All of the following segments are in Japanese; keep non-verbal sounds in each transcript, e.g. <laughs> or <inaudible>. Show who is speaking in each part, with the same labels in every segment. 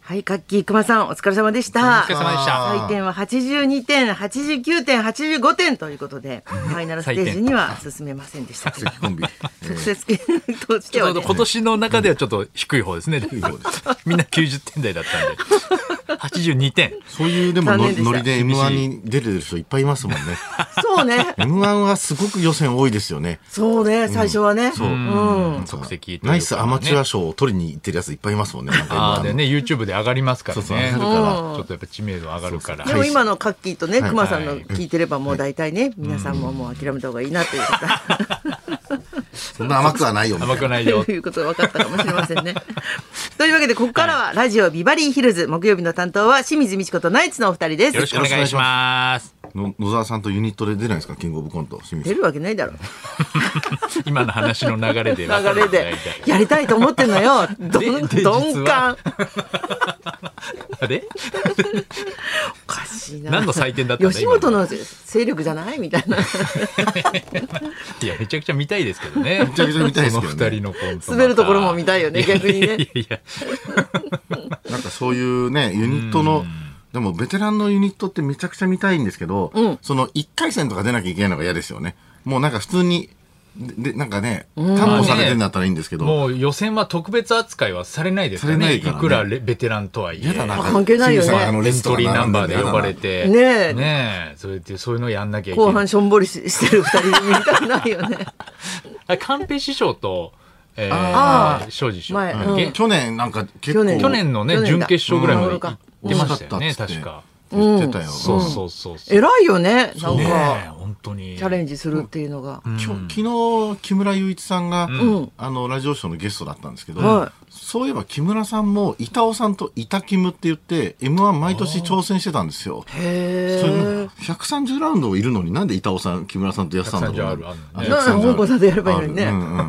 Speaker 1: はい、カッキー熊さん、お疲れ様でした。
Speaker 2: お疲れ様でした
Speaker 1: 採点は82点、89点、85点ということで、ファイナルステージには進めませんでした。
Speaker 3: 関
Speaker 1: <laughs>
Speaker 3: コンビ。
Speaker 1: 直接系として
Speaker 2: ちょ
Speaker 1: は
Speaker 2: うど
Speaker 1: ね、
Speaker 2: 今年の中ではちょっと低い方ですね。みんな90点台だったんで。82点。
Speaker 3: そういうでも
Speaker 1: 残
Speaker 3: ノ
Speaker 1: 念でした
Speaker 3: ノリで
Speaker 2: 厳しい
Speaker 3: M1 に出てる人いっぱいいます
Speaker 2: <laughs>
Speaker 3: もんね。
Speaker 1: そうね、
Speaker 3: M1 はすごく予選多いですよね。
Speaker 1: そうね、最初はね。
Speaker 3: う
Speaker 2: うん。即席というかね
Speaker 3: ナイスアマチュア賞を取りに行ってるやついっぱいいますもんね。なんか M1
Speaker 2: ああ、でね、YouTube で上がりますからね。
Speaker 3: そうそう上がるから
Speaker 2: うんちょっとやっぱ知名度上がるから。
Speaker 1: で
Speaker 2: は
Speaker 1: も
Speaker 2: い
Speaker 1: 今のカッキーとね、
Speaker 3: はい
Speaker 1: 熊さんの聞いてればもう大体ね、皆さんももう諦めた方がいいなということ。
Speaker 3: そんな甘くはないよみた
Speaker 2: 甘
Speaker 3: い
Speaker 2: く
Speaker 3: な。
Speaker 2: ないよ
Speaker 1: ということが分かったかもしれませんね。というわけで、ここからはラジオビバリーヒルズ、木曜日の担当は清水美智子とナイツのお二人です。
Speaker 2: よろしくお願いします。
Speaker 3: の野沢さんとユニットで出ないですかキングオブコント。清水
Speaker 1: 出るわけないだろう。
Speaker 2: 今の話の流れで分か
Speaker 1: 流
Speaker 2: る
Speaker 1: れ
Speaker 2: んじゃ
Speaker 1: で
Speaker 2: ないか。
Speaker 1: やりたいと思ってんのよ。ど
Speaker 2: で
Speaker 1: ん
Speaker 2: で
Speaker 1: 鈍感。
Speaker 2: あれ
Speaker 1: おかしいな。
Speaker 2: 何の採点だったんだ
Speaker 1: 吉
Speaker 2: 今
Speaker 1: 本の勢力じゃないみたい
Speaker 2: <laughs>
Speaker 1: な。
Speaker 2: いや、めちゃくちゃ見たいですけどね。め
Speaker 3: ちゃくちゃ見たいですけどね
Speaker 2: その二人のコント。
Speaker 1: 滑るところも見たいよね逆にね
Speaker 2: いやいやいや。
Speaker 3: なんかそういうね、ユニットの、でもベテランのユニットってめちゃくちゃ見たいんですけど、その1回戦とか出なきゃいけないのが嫌ですよね。もうなんか普通に、で、でなんかね、担保されてるんだったらいいんですけど、
Speaker 2: もう予選は特別扱いはされないですから
Speaker 3: さ
Speaker 2: ね。
Speaker 3: れない
Speaker 2: い
Speaker 3: からね
Speaker 2: くらレベテランとはいえ。
Speaker 3: 嫌だな。
Speaker 1: 関係ないよね
Speaker 3: 清水さんあの
Speaker 2: エ
Speaker 3: レ
Speaker 2: ン
Speaker 3: スト
Speaker 2: ト
Speaker 3: ラ
Speaker 2: リーナンバーで
Speaker 3: 並ん
Speaker 2: 呼
Speaker 3: だ
Speaker 2: ば
Speaker 3: ら
Speaker 2: れ
Speaker 3: 嫌だな
Speaker 2: て。
Speaker 1: ねえ
Speaker 2: ねえ。それで、そういうのやんなきゃいけ
Speaker 1: 後
Speaker 2: な
Speaker 1: 半
Speaker 2: い。
Speaker 1: しょんぼりししてる二人組みたいになるよ
Speaker 2: <laughs>
Speaker 1: ね。
Speaker 2: あカンペ師匠と、え
Speaker 1: あ
Speaker 2: ー、庄司師匠。
Speaker 1: 前うん
Speaker 2: げ
Speaker 3: 去年なんか結構
Speaker 1: 去年
Speaker 2: 去年のね、
Speaker 1: 去年
Speaker 2: 準
Speaker 1: だ
Speaker 2: 決勝ぐらいまで行
Speaker 3: う
Speaker 2: っ
Speaker 3: ん
Speaker 2: てましたよね、
Speaker 3: 惜しかったっつって
Speaker 2: 確か。
Speaker 3: 言ってたよ。
Speaker 2: そうそうそうそう。
Speaker 1: 偉いよね。なん
Speaker 2: ねえ
Speaker 1: か
Speaker 2: 本当に。
Speaker 1: チャレンジするっていうのが。
Speaker 3: きょ昨日木村雄一さんが、
Speaker 1: ん
Speaker 3: あのラジオショーのゲストだったんですけど、
Speaker 1: は
Speaker 3: そういえば木村さんも板尾さんと板キムって言って m 1毎年挑戦してたんですよ。それ
Speaker 1: へ
Speaker 3: も130ラウンドいるのになんで板尾さん木村さんとやってたんだろうな
Speaker 2: 130あるあるね
Speaker 1: な
Speaker 3: あ130ある
Speaker 1: 香港さんでやればいいのにね
Speaker 3: あるうんうんい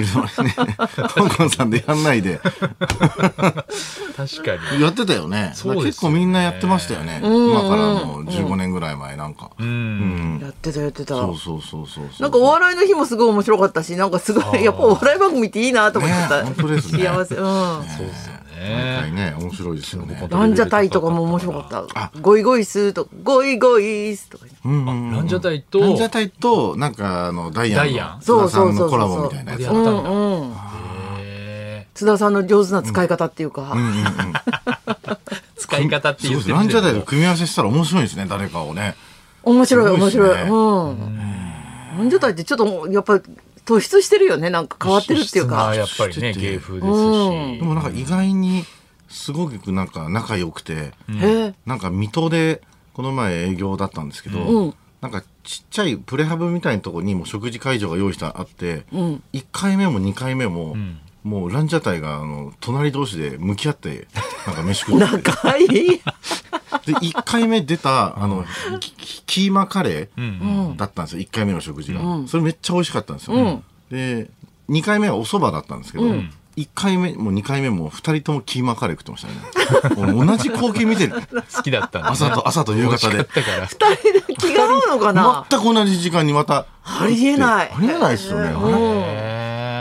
Speaker 3: るのにね香港さんでやんないで
Speaker 2: 確かに。
Speaker 3: やってたよね
Speaker 2: そうですよね
Speaker 3: 結構みんなやってましたよね、今からもう15年ぐらい前なんか、
Speaker 2: うん。
Speaker 1: え。やってたやってた。
Speaker 3: そうそうそうそうそう
Speaker 1: なんかお笑いの日もすごい面白かったし、なんかすごい、やっぱお笑い番組っていいなと思ってた。
Speaker 3: ね本当ですね
Speaker 1: 幸せ。うん。
Speaker 2: そうですよ
Speaker 3: 毎
Speaker 2: ね。
Speaker 3: 回ね面白いですよね
Speaker 1: ランジャタイとかも面白かった。ゴイゴイスーと、ゴイゴイスーとか。
Speaker 3: うんうん
Speaker 2: ランジャタイと、
Speaker 3: ランジャタイと、なんか、あの、ダイ
Speaker 2: ダイア
Speaker 3: ヤン
Speaker 2: ン
Speaker 3: の、津田さんのコラボみたいなや
Speaker 2: で
Speaker 3: つ
Speaker 2: や。ったんだ。
Speaker 1: うん。
Speaker 2: へ
Speaker 1: 津田さんの上手な使い方っていうか。
Speaker 2: ー使い方って
Speaker 3: そう
Speaker 2: 言
Speaker 3: で
Speaker 2: っ
Speaker 3: す
Speaker 2: て
Speaker 3: ね。ランジャタイ
Speaker 2: みて
Speaker 3: と
Speaker 2: も
Speaker 3: 組み合わせしたら面白いですね、誰かをね。
Speaker 1: 面白い、
Speaker 3: すご
Speaker 1: 面
Speaker 3: いですね
Speaker 1: 白い。うん。ランジャタイってちょっと、やっぱ、突出してるよね。なんか変わってるっていう
Speaker 2: まあ
Speaker 1: か。
Speaker 2: やっぱりね、芸風です
Speaker 3: で
Speaker 2: し。
Speaker 3: もなんか意外に、すごくなんか仲良くて、
Speaker 1: へえ。
Speaker 3: なんか水戸で、この前営業だったんですけど、なんかちっちゃいプレハブみたいなとこにもう食事会場が用意してあって、1回目も2回目も、もうランジャタイがあの隣同士で向き合ってなんか飯
Speaker 1: <laughs>
Speaker 3: 食ってて
Speaker 1: 仲いい。
Speaker 3: で1回目出たあのキキキーマカレーだったんですよ1回目の食事が、それめっちゃ美味しかったんですよ、で2回目はお蕎麦だったんですけど、1回目も2回目も2人ともキーマカレー食ってましたね <laughs> もう同じ光景見てる
Speaker 2: 好きだったんだ。
Speaker 3: 朝と朝と夕方
Speaker 2: だ
Speaker 3: で
Speaker 2: ったから。
Speaker 1: 二人で気が合うのか <laughs> な
Speaker 3: 全く同じ時間にまた
Speaker 1: ありえない。
Speaker 3: ありえないですよね、あれ
Speaker 2: へー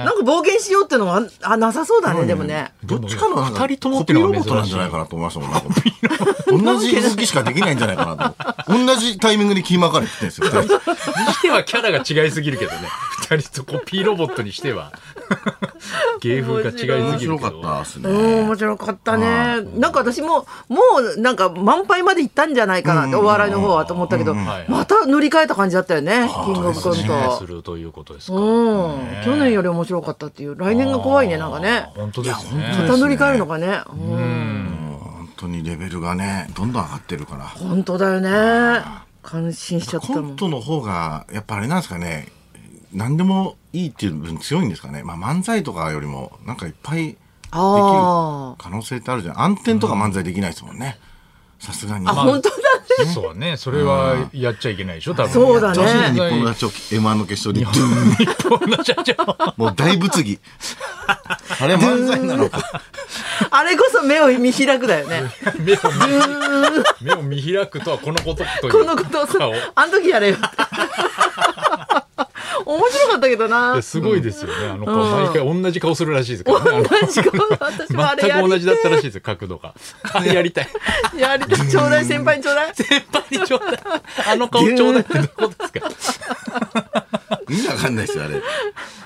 Speaker 1: なんか冒険しようっていうのがあなさそうだね、でもね。
Speaker 3: どっちかのなんか
Speaker 2: 二人ともっていうの
Speaker 3: コ
Speaker 2: は
Speaker 3: ピーロボットなんじゃないかなと思いましたもんなんか同じ動きしかできないんじゃないかなと同じタイミングでキーマカレー食ってるんですよ二人
Speaker 2: にしてはキャラが違いすぎるけどね。二人とコピーロボットにし
Speaker 1: <laughs>
Speaker 2: ては。芸風が違いすぎるけど。
Speaker 3: 面白かったですね
Speaker 1: うん、面白かったね。なんか私も、もうなんか満杯まで行ったんじゃないかなって、お笑いの方はと思ったけど、
Speaker 2: んはい
Speaker 1: また塗り替えた感じだったよね、キングオブコン
Speaker 2: ねす
Speaker 1: ト。
Speaker 2: るということですか。
Speaker 1: うん、去年より面白かったっていう、来年が怖いね、なんかね。
Speaker 2: 本当です
Speaker 1: ま
Speaker 2: ね。
Speaker 1: た塗り替えるのかね。うん、
Speaker 3: 本当にレベルがねどんどん上がってるから
Speaker 1: 本当だよね。感心しちゃった
Speaker 3: コ
Speaker 1: も
Speaker 3: ン
Speaker 1: ん。
Speaker 3: トの方がやっぱあれなんですかね何でもいいっていう分強いんですかね、まあ、漫才とかよりもなんかいっぱいできる
Speaker 1: あ
Speaker 3: 可能性ってあるじゃん暗転とか漫才できないですもんねさすがに
Speaker 1: あ、本当だね。
Speaker 2: そうね。それはやっちゃいけないでしょ、多分。
Speaker 1: そうだね
Speaker 3: 女子が日本の勝ちを M1 の決勝でドゥン
Speaker 2: 日本の社長。
Speaker 3: もう大仏儀あれ漫才なのか
Speaker 1: あれこそ目を見開くだよ <laughs> ね。
Speaker 2: 目を見目を見開くとはこのことと
Speaker 1: <laughs>
Speaker 2: いう
Speaker 1: このことをさ
Speaker 2: を
Speaker 1: あの時やれよって。面白かったけど
Speaker 2: い
Speaker 1: な
Speaker 2: や。すごいですよね。あの子、
Speaker 1: うん
Speaker 2: 毎回同じ顔するらしいですか
Speaker 1: 同
Speaker 2: らね。
Speaker 1: じ顔、私もあ
Speaker 2: あの
Speaker 1: れや
Speaker 2: 全く同
Speaker 1: り
Speaker 2: じだったらしいですよ、角度
Speaker 1: <laughs>
Speaker 2: が。あれやりたい。 <laughs>
Speaker 1: たい。やりたい。ちょうだい、先輩にちょうだい。
Speaker 2: 先輩にちょうだい。あの顔ちょうだいってどういうことですか
Speaker 3: 意味わかんないですよ、あれ。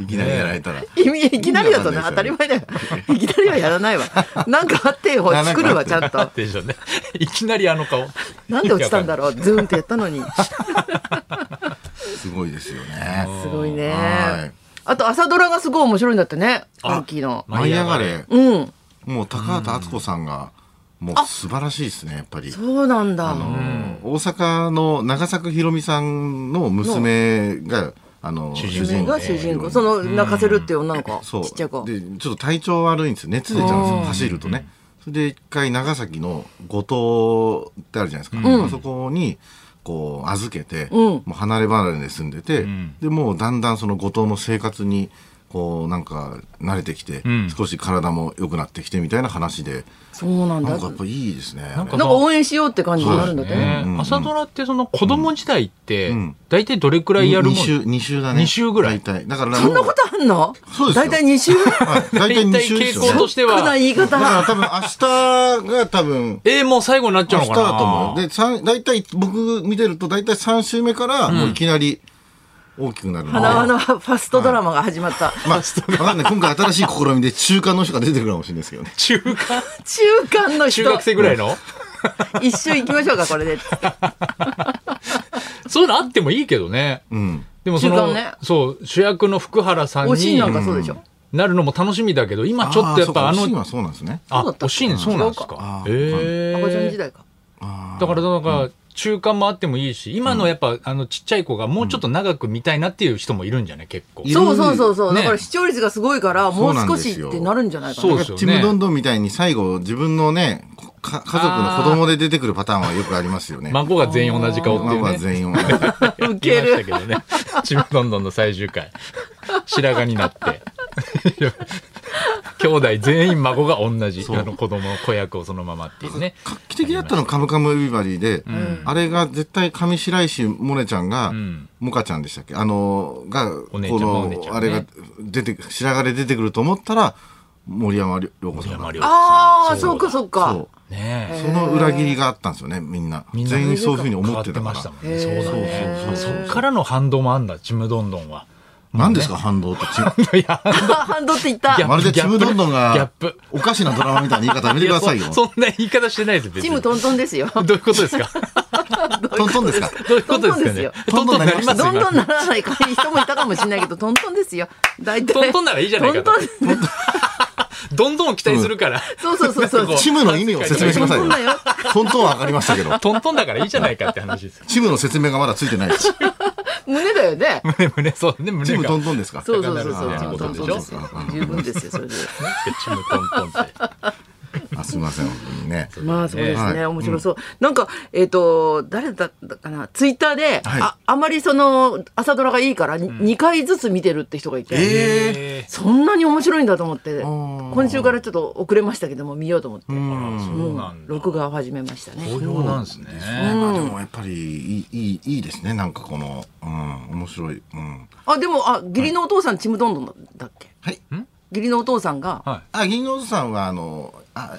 Speaker 3: いきなりやられたら。
Speaker 1: 意味いきなりだとね
Speaker 3: 意味わ
Speaker 1: 当
Speaker 3: か
Speaker 1: た
Speaker 3: ん
Speaker 1: り
Speaker 3: ない
Speaker 1: 前だよ。いきなりはやら <laughs> ないわ。なんかあってよ、
Speaker 3: なんかあって
Speaker 1: 作るわ、ちゃんと。
Speaker 2: <laughs> でしょうね。いきなりあの顔。
Speaker 1: なんで落ちたんだろう、ズーンってやったのに。す
Speaker 3: すごいですよね。
Speaker 1: ごい
Speaker 3: は
Speaker 1: ね
Speaker 3: い。
Speaker 1: あと朝ドラがすごい面白いんだってね、今期の。
Speaker 2: 舞
Speaker 3: 舞
Speaker 2: い
Speaker 3: い
Speaker 2: 上
Speaker 3: 上
Speaker 2: が
Speaker 3: が
Speaker 2: れ
Speaker 3: れ。
Speaker 1: うん、
Speaker 3: もう高畑敦子さんが、もう素晴らしいですね、やっぱり。
Speaker 1: そうなんだ。
Speaker 3: あの大阪の長作ひろみさんの娘が、あの、
Speaker 2: 主人公
Speaker 1: 夢が主人公、その泣かせるっていう女の子、
Speaker 3: <laughs> そう
Speaker 1: ちっちゃい子。
Speaker 3: でちょっと体調悪いんですよ熱出ちゃうんです
Speaker 1: う
Speaker 3: よ
Speaker 1: ん
Speaker 3: 走るとねそれで一回長崎の五島ってあるじゃないですか、
Speaker 1: うん
Speaker 3: あそこにこう預けて、
Speaker 1: うん
Speaker 3: もう離れ離れで住んでて、
Speaker 2: ん
Speaker 3: でもうだんだんその五島の生活にこうなんか慣れてきて、
Speaker 2: うん
Speaker 3: 少し体も良くなってきてみたいな話で
Speaker 1: そうなんだ。
Speaker 3: なんか
Speaker 1: な
Speaker 3: やっ
Speaker 1: ん
Speaker 3: ぱいいですね
Speaker 2: なんか
Speaker 1: か応援しようって感じになるんだってね。
Speaker 2: ね朝ドラってその子供時代って
Speaker 3: ん、
Speaker 2: 大体どれくらいやる
Speaker 3: 2
Speaker 2: もん
Speaker 3: 週二週だね
Speaker 2: 二週ぐらい
Speaker 3: 大体だから
Speaker 1: そんな
Speaker 3: もう
Speaker 1: ことあんの
Speaker 3: そうですよ
Speaker 1: 大体2週
Speaker 3: はい大体2週ですよ
Speaker 2: 大体傾 <laughs> 向と
Speaker 3: ね
Speaker 2: して
Speaker 1: ショ
Speaker 2: は
Speaker 1: ックな言い
Speaker 3: だ
Speaker 2: <laughs>
Speaker 1: 方。
Speaker 3: から多分明日が多分
Speaker 2: えー、もう最後になっちゃう
Speaker 3: 明
Speaker 2: の
Speaker 3: 日
Speaker 2: かな
Speaker 3: だと思う。で、三、大体、僕見てると、大体3週目から、もういきなり大きくなるので。
Speaker 1: 花輪のファストドラマが始まった。
Speaker 3: まあ、わかんない。今回新しい試みで中間の人が出てくるかもしれないですけどね。
Speaker 2: 中間
Speaker 1: 中間の
Speaker 2: 中
Speaker 1: 人、
Speaker 2: 学生ぐらいの
Speaker 1: 一周行きましょうか、こ
Speaker 2: <laughs>
Speaker 1: れで。
Speaker 2: そういうのあってもいいけどね。
Speaker 3: うん。
Speaker 2: でもそ
Speaker 1: 中
Speaker 2: の、
Speaker 1: 間ね
Speaker 2: そう、主役の福原さん
Speaker 1: おしい
Speaker 2: に
Speaker 1: なんかそうでしょ。
Speaker 2: なるのも楽しみだけど、今ちょっとやっぱあ
Speaker 3: シーン
Speaker 2: の、
Speaker 3: はそうなんですね。
Speaker 2: あ
Speaker 1: そうだっ、た
Speaker 2: おしいね、そうなんです
Speaker 1: 違う
Speaker 2: か
Speaker 3: か。
Speaker 2: え
Speaker 1: 赤ちゃん時代か。
Speaker 2: だから、なんか、中間もあってもいいし、今のやっぱ、あの、ちっちゃい子がもうちょっと長く見たいなっていう人もいるんじゃない結構。
Speaker 3: い
Speaker 1: そうそうそうそう、
Speaker 2: ね
Speaker 1: だから視聴率がすごいから、も
Speaker 3: そううなん
Speaker 1: 少
Speaker 3: です
Speaker 1: し
Speaker 3: よ
Speaker 1: ってなるんじゃないか
Speaker 2: そう
Speaker 1: な。
Speaker 2: ですよね
Speaker 3: ちむどんどんみたいに最後、自分のね、か家族の子供で出てくるパターンはよくありますよね。
Speaker 2: <laughs> 孫が全員同じ顔っていう
Speaker 3: 孫は
Speaker 2: ね。
Speaker 3: 全員同じ。
Speaker 1: ウ
Speaker 2: 言
Speaker 1: ケ
Speaker 2: いました
Speaker 1: る。
Speaker 2: け
Speaker 3: <laughs>
Speaker 2: どね。ちむどんどんの最終回。白髪になって。 <laughs> 兄弟全員孫が同じ。
Speaker 3: そう
Speaker 2: あの子供の子役をそのままっていうね。
Speaker 3: 画期的だったの、カムカムエビバリーで、
Speaker 2: ん
Speaker 3: あれが絶対上白石萌音ちゃんが、
Speaker 2: うん
Speaker 3: モカちゃんでしたっけあの、が、
Speaker 2: お
Speaker 3: こ
Speaker 2: 姉ちゃんまあお姉
Speaker 3: の
Speaker 2: ち、ゃ
Speaker 3: あ
Speaker 2: んね
Speaker 3: れが出て、白髪で出てくると思ったら、森山良子さん
Speaker 2: 山
Speaker 3: が。
Speaker 2: 亮
Speaker 1: ああ、
Speaker 2: そ
Speaker 1: そうう
Speaker 2: だ
Speaker 1: かそう
Speaker 3: そ
Speaker 1: か。
Speaker 3: う。
Speaker 2: ねえ。
Speaker 3: その裏切りがあったんですよね、みんな。
Speaker 2: みんな
Speaker 3: 全員そういうふうに思
Speaker 2: 変わ
Speaker 3: っ
Speaker 2: ってて
Speaker 3: たか
Speaker 2: ま
Speaker 3: ら。
Speaker 2: したもん
Speaker 1: へ
Speaker 2: ね。
Speaker 1: ー
Speaker 2: そうだね。
Speaker 1: へー
Speaker 2: そっからの反動もあんだ、ちむどんどんは。
Speaker 3: 何ですか、反動って。ち
Speaker 2: <laughs> い
Speaker 1: <laughs>
Speaker 2: や、
Speaker 1: ハンドって言った
Speaker 2: い。や
Speaker 3: まるでちむどんどん
Speaker 2: ギャッ
Speaker 3: が
Speaker 2: プ、
Speaker 3: おかしなドラマみたいな言い方やめてくださいよ。
Speaker 2: そんな言い方してないですよ、別
Speaker 1: チ
Speaker 2: に
Speaker 1: ームトントンですよ。
Speaker 2: どういうことですか
Speaker 3: トントンですか
Speaker 2: どういうことですかね
Speaker 3: トントンですよ
Speaker 2: トントンなります
Speaker 1: どんどん
Speaker 2: 今
Speaker 1: ならない人もいたかもしれないけど、トントンですよ。大体。
Speaker 2: トントンならいいじゃないか
Speaker 1: ト
Speaker 2: と
Speaker 1: ントンです
Speaker 2: どんどん期待するから。
Speaker 1: そうそうそうそう。
Speaker 3: チムの意味を説明してください
Speaker 1: トントンだよ
Speaker 3: よ。トントンはわかりました
Speaker 2: <laughs>
Speaker 3: けど、
Speaker 2: トントンだからいいじゃないかって話ですよ。
Speaker 3: チムの説明がまだついてないです。
Speaker 1: 胸だよね。
Speaker 2: 胸、 <laughs> 胸、そうね、
Speaker 3: チ
Speaker 2: 胸
Speaker 3: ム
Speaker 2: が。
Speaker 3: トントンですか
Speaker 1: そうそうそうそう。
Speaker 2: 高
Speaker 1: チ
Speaker 2: 鳴
Speaker 1: ム
Speaker 2: る
Speaker 1: トントン
Speaker 2: なる
Speaker 1: で
Speaker 2: ほ
Speaker 1: すよ。十分ですよ、それで。
Speaker 2: ちむトントンって。
Speaker 3: あすみません、本当にね。
Speaker 1: まあそうですね、
Speaker 3: はい
Speaker 1: 面白そう、なんかえっ、と誰だったかなツイッターで、
Speaker 3: はい
Speaker 1: ああまりその朝ドラがいいからに2回ずつ見てるって人がいて、
Speaker 3: え
Speaker 1: そんなに面白いんだと思って
Speaker 3: ー
Speaker 1: 今週からちょっと遅れましたけども見ようと思って、
Speaker 3: う
Speaker 2: あ
Speaker 3: ん。
Speaker 2: そうなんだ。
Speaker 1: 録画を始めましたね
Speaker 2: 好評なんですね。
Speaker 3: まあでもやっぱりいいいいいいですねなんかこの、うん、面白い、うん、
Speaker 1: あでもあ義理のお父さんちむどんどんだっけ
Speaker 3: はい
Speaker 1: 義理のお父さんが
Speaker 2: は
Speaker 3: あ銀のおさんはあのあ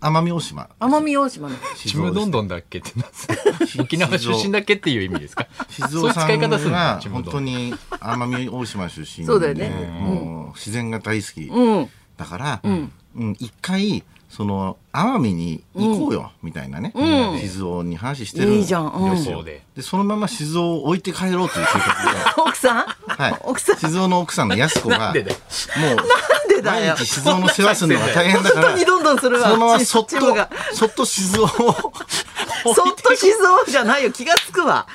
Speaker 3: 奄美大島
Speaker 1: 奄美大島の
Speaker 2: い。ちむどんどんだっけってなんですか沖縄出身だっけっていう意味ですか
Speaker 3: 静
Speaker 2: そういう
Speaker 3: 岡さ
Speaker 2: 使い
Speaker 3: ん
Speaker 2: 方するの
Speaker 3: が
Speaker 2: ちむ
Speaker 3: 本
Speaker 2: ど
Speaker 3: 当
Speaker 2: んどん。
Speaker 3: に奄美大島出身で
Speaker 1: そうだよね
Speaker 3: もう自然が大好き
Speaker 1: うん
Speaker 3: だから、うんん一回その奄美に行こうよ、みたいなね、
Speaker 1: うん
Speaker 3: 静岡に話してる
Speaker 1: いいじゃんうん
Speaker 3: です
Speaker 2: そう
Speaker 3: よ
Speaker 2: で
Speaker 3: でそのまま静岡を置いて帰ろうという計画が
Speaker 1: 奥さん
Speaker 3: はい、
Speaker 1: 奥さん
Speaker 3: 静雄の奥さんの安子
Speaker 2: な
Speaker 3: が
Speaker 2: んでだよ
Speaker 3: もう
Speaker 1: でだよ
Speaker 3: 毎日静雄の世話するのが大変だから
Speaker 1: 本当にどんどんするわ
Speaker 3: そのままそっと
Speaker 1: チムが
Speaker 3: そっと静雄を
Speaker 1: そっと静岡じゃないよ気がつくわ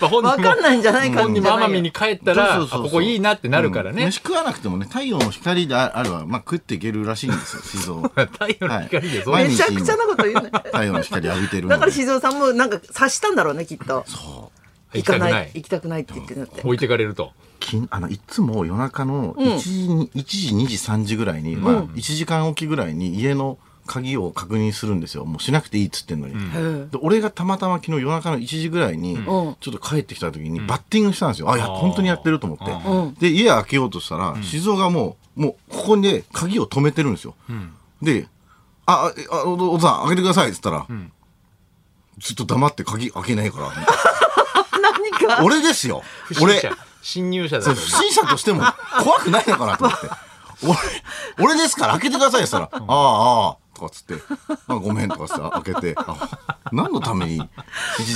Speaker 2: まあ本
Speaker 1: わ
Speaker 2: 人も
Speaker 1: かんないんじゃないか
Speaker 2: 本
Speaker 1: って
Speaker 2: 人も奄美に帰ったら、
Speaker 3: そ
Speaker 2: あ
Speaker 3: うそうそうそう
Speaker 2: ここいいなってなるから
Speaker 3: うん
Speaker 2: ね
Speaker 3: 飯。食わなくてもね太陽の光であれば、まあ、食っていけるらしいんですよ静雄
Speaker 2: <laughs> 太陽の光で、そう。
Speaker 3: はいいう
Speaker 1: めちゃくちゃなこと言うね。
Speaker 3: 太陽の光浴びてるので
Speaker 1: だから静雄さんもなんか察したんだろうねきっと。
Speaker 3: そう
Speaker 1: 行
Speaker 2: 行きた
Speaker 1: か
Speaker 2: くない
Speaker 1: ない行きたくないって言ってなって。
Speaker 2: 置いてかれると。
Speaker 3: きんあのいつも夜中の1時に、1時2時3時ぐらいに、まあ、1時間おきぐらいに家の鍵を確認するんですよもうしなくていいっつってんのに、
Speaker 2: ん
Speaker 1: へえ
Speaker 3: で俺がたまたま昨日夜中の1時ぐらいに、ちょっと帰ってきた時にバッティングしたんですよ、あいや
Speaker 2: あー
Speaker 3: 本当にやってると思
Speaker 2: あ
Speaker 1: ー
Speaker 3: ってで家開けようとしたら、静雄がもうもうここで鍵を止めてるんですよ、で「あああおお父さん開けてください」っつったら、ずっと黙って鍵開けないから
Speaker 1: <laughs> 何か
Speaker 3: 俺ですよ
Speaker 2: 不審
Speaker 3: 俺
Speaker 2: 者侵入者だ
Speaker 3: そ
Speaker 2: よ
Speaker 3: う
Speaker 2: ね
Speaker 3: 不審者としても怖くないのかなと思って。俺、俺ですから開けてくださいよ、そしたら。ああ、ああ、とかっつって。あごめんとかっつって開けて。あ何のために1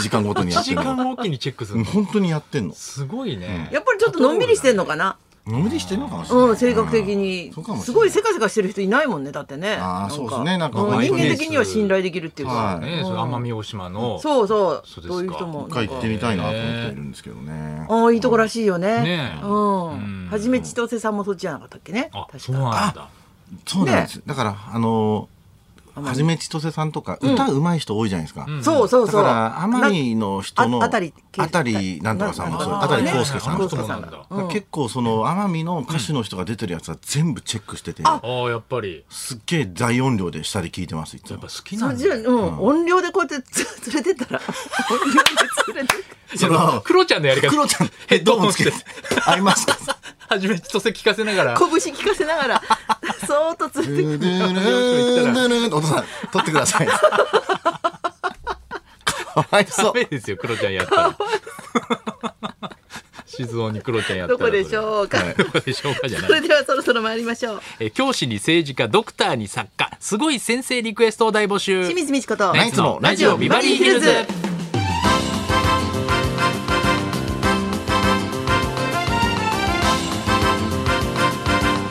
Speaker 3: 時間ごとにや
Speaker 2: 1
Speaker 3: って
Speaker 2: 時
Speaker 3: んの
Speaker 2: 間おきにチェックす
Speaker 3: う
Speaker 2: る
Speaker 3: ん
Speaker 2: の
Speaker 3: 本当にやってんの。
Speaker 2: すごいね
Speaker 1: やっぱりちょっとのんびりしてんのかな
Speaker 3: のびりしてんのかもしれない。
Speaker 1: うん、性格的に
Speaker 3: そうかもしれない
Speaker 1: すごいせかせかしてる人いないもんねだってねな
Speaker 3: あー
Speaker 1: んか
Speaker 3: そうですねなんか
Speaker 1: うん
Speaker 3: 毎
Speaker 1: 人
Speaker 3: 日
Speaker 1: 間的には信頼できるっていうか
Speaker 3: は
Speaker 2: ねそれ奄美大島の
Speaker 1: そうそう
Speaker 2: そうですか
Speaker 1: そういう人もな
Speaker 3: 一
Speaker 1: ん
Speaker 3: 回
Speaker 1: か
Speaker 3: 行ってみたいなと思っているんですけどね。
Speaker 1: ああいいとこらしいよね
Speaker 2: ねえ
Speaker 1: う
Speaker 2: うん
Speaker 1: んはじめ千歳さんもそっちじゃなかったっけね
Speaker 2: あ
Speaker 1: 確
Speaker 2: そう
Speaker 1: か
Speaker 2: なんだ
Speaker 3: そうなんですよ。だから、あのー、はじめ千歳さんとか、歌うまい人多いじゃないですか。
Speaker 2: ん
Speaker 1: そうそう
Speaker 3: だ
Speaker 1: そ
Speaker 3: か
Speaker 1: う
Speaker 3: ら、奄美の人の、
Speaker 1: ああたり
Speaker 3: あたりなんとかさんもそう、
Speaker 1: な
Speaker 3: あたり
Speaker 1: な
Speaker 3: こうすけさん
Speaker 2: あ
Speaker 3: と
Speaker 2: の人
Speaker 3: か
Speaker 2: もなん
Speaker 1: コウスケさんう
Speaker 2: だ
Speaker 1: ん
Speaker 3: 結構その奄美の歌手の人が出てるやつは全部チェックしてて、
Speaker 1: あ
Speaker 2: ああやっぱり
Speaker 3: すっげえ大音量で下で聞いてますいつ
Speaker 2: やっ
Speaker 3: も
Speaker 2: ぱ好き
Speaker 1: そ
Speaker 2: な
Speaker 1: っ
Speaker 2: ん
Speaker 1: ち
Speaker 2: だ
Speaker 1: はうん音量でこうやってつ連れてったら音量で連れてっ
Speaker 2: そのクロちゃんのやり方
Speaker 3: クロちゃんヘッドホンつけて合いますか
Speaker 2: はじめ千歳聞かせながら
Speaker 1: た拳聞かせなが <laughs> らそーっと
Speaker 3: ド
Speaker 1: 連
Speaker 3: ゥ
Speaker 1: れてく
Speaker 3: ルドゥルドゥルドゥルお父さん撮ってくださいかわいそ
Speaker 2: ダ
Speaker 3: う
Speaker 2: メですよクロちゃんやった
Speaker 1: <laughs>
Speaker 2: ら静雄にクロちゃんやった
Speaker 1: ど
Speaker 2: ら
Speaker 1: こでし
Speaker 2: う
Speaker 1: ょうか
Speaker 3: はい
Speaker 2: どこでしょうかじゃない
Speaker 1: それではそろそろ参りましょう
Speaker 2: えー教師に政治家ドクターに作家すごい先生リクエストを大募集
Speaker 1: 清水美智子と
Speaker 3: ナイツのラジオビバリーヒルズ
Speaker 2: 手前です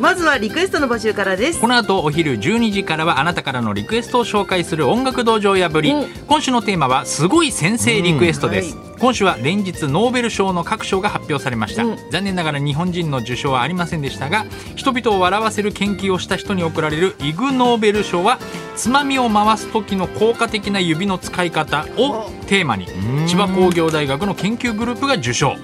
Speaker 1: まずはリクエストの募集からです
Speaker 2: この後お昼12時からはあなたからのリクエストを紹介する音楽道場破り、
Speaker 1: うん
Speaker 2: 今週のテーマはすごい先生リクエストです、
Speaker 1: うん
Speaker 2: 今週は連日ノーベル賞の各賞が発表されました、
Speaker 1: うん
Speaker 2: 残念ながら日本人の受賞はありませんでしたが人々を笑わせる研究をした人に贈られるイグ・ノーベル賞はつまみを回す時の効果的な指の使い方をテーマに
Speaker 3: ん
Speaker 2: 千葉工業大学の研究グループが受賞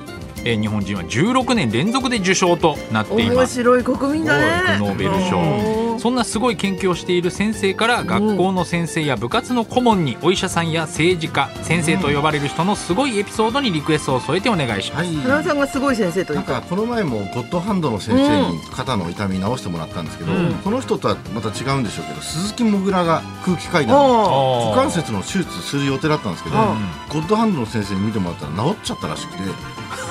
Speaker 2: えー日本人は16年連続で受賞となっていま
Speaker 1: 面
Speaker 2: す
Speaker 1: 白い国民だね
Speaker 2: ノーベル賞そんなすごい研究をしている先生から学校の先生や部活の顧問にお医者さんや政治家先生と呼ばれる人のすごいエピソードにリクエストを添えてお願いします。
Speaker 3: はい
Speaker 1: 花輪さんがすごい先生とい
Speaker 3: な
Speaker 1: うん
Speaker 3: か
Speaker 1: か
Speaker 3: この前もゴッドハンドの先生に肩の痛み治してもらったんですけど、
Speaker 2: うん
Speaker 3: この人とはまた違うんでしょうけど鈴木もぐらが空気階段
Speaker 1: おー
Speaker 3: 股関節の手術する予定だったんですけど、
Speaker 1: うん
Speaker 3: ゴッドハンドの先生に見てもらったら治っちゃったらしくて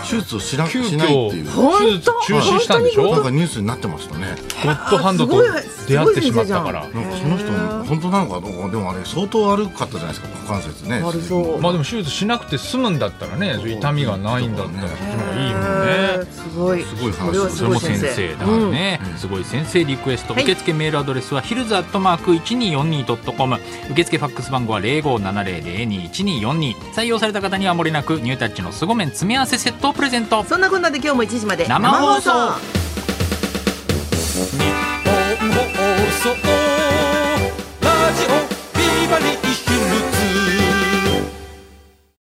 Speaker 3: 手術をしな
Speaker 2: 急
Speaker 3: しないっていう
Speaker 2: 遽
Speaker 3: な
Speaker 2: 手術中止したんでし
Speaker 1: 本
Speaker 2: ょ
Speaker 3: んかニュースになってましたね
Speaker 2: ゴッドハンドと出会ってしまったから
Speaker 1: す
Speaker 3: なんかその人
Speaker 1: へー
Speaker 3: 本当なのかどうかでもあれ相当悪かったじゃないですか股関節ね
Speaker 1: 悪そう
Speaker 2: まあでも手術しなくて済むんだったらね痛みがないんだったらそっちの方がいいもん
Speaker 1: へ
Speaker 2: ね
Speaker 1: ー。すごい
Speaker 3: すごい
Speaker 1: こ
Speaker 3: 話
Speaker 1: れは
Speaker 2: そ
Speaker 1: す
Speaker 2: れ
Speaker 1: ごい
Speaker 2: も
Speaker 1: 先
Speaker 2: 先
Speaker 1: 生
Speaker 2: 生だからね、
Speaker 3: うん
Speaker 2: すごい先生リクエスト、
Speaker 1: はい
Speaker 2: 受付メールアドレスはヒルズアットマーク 1242.com 受付ファックス番号は0570021242採用された方にはもれなくニュータッチの凄麺詰め合わせセットをプレゼント
Speaker 1: そんなこんなで今日も1時まで
Speaker 2: 生放
Speaker 1: 生
Speaker 2: 送
Speaker 1: 放送
Speaker 2: 放送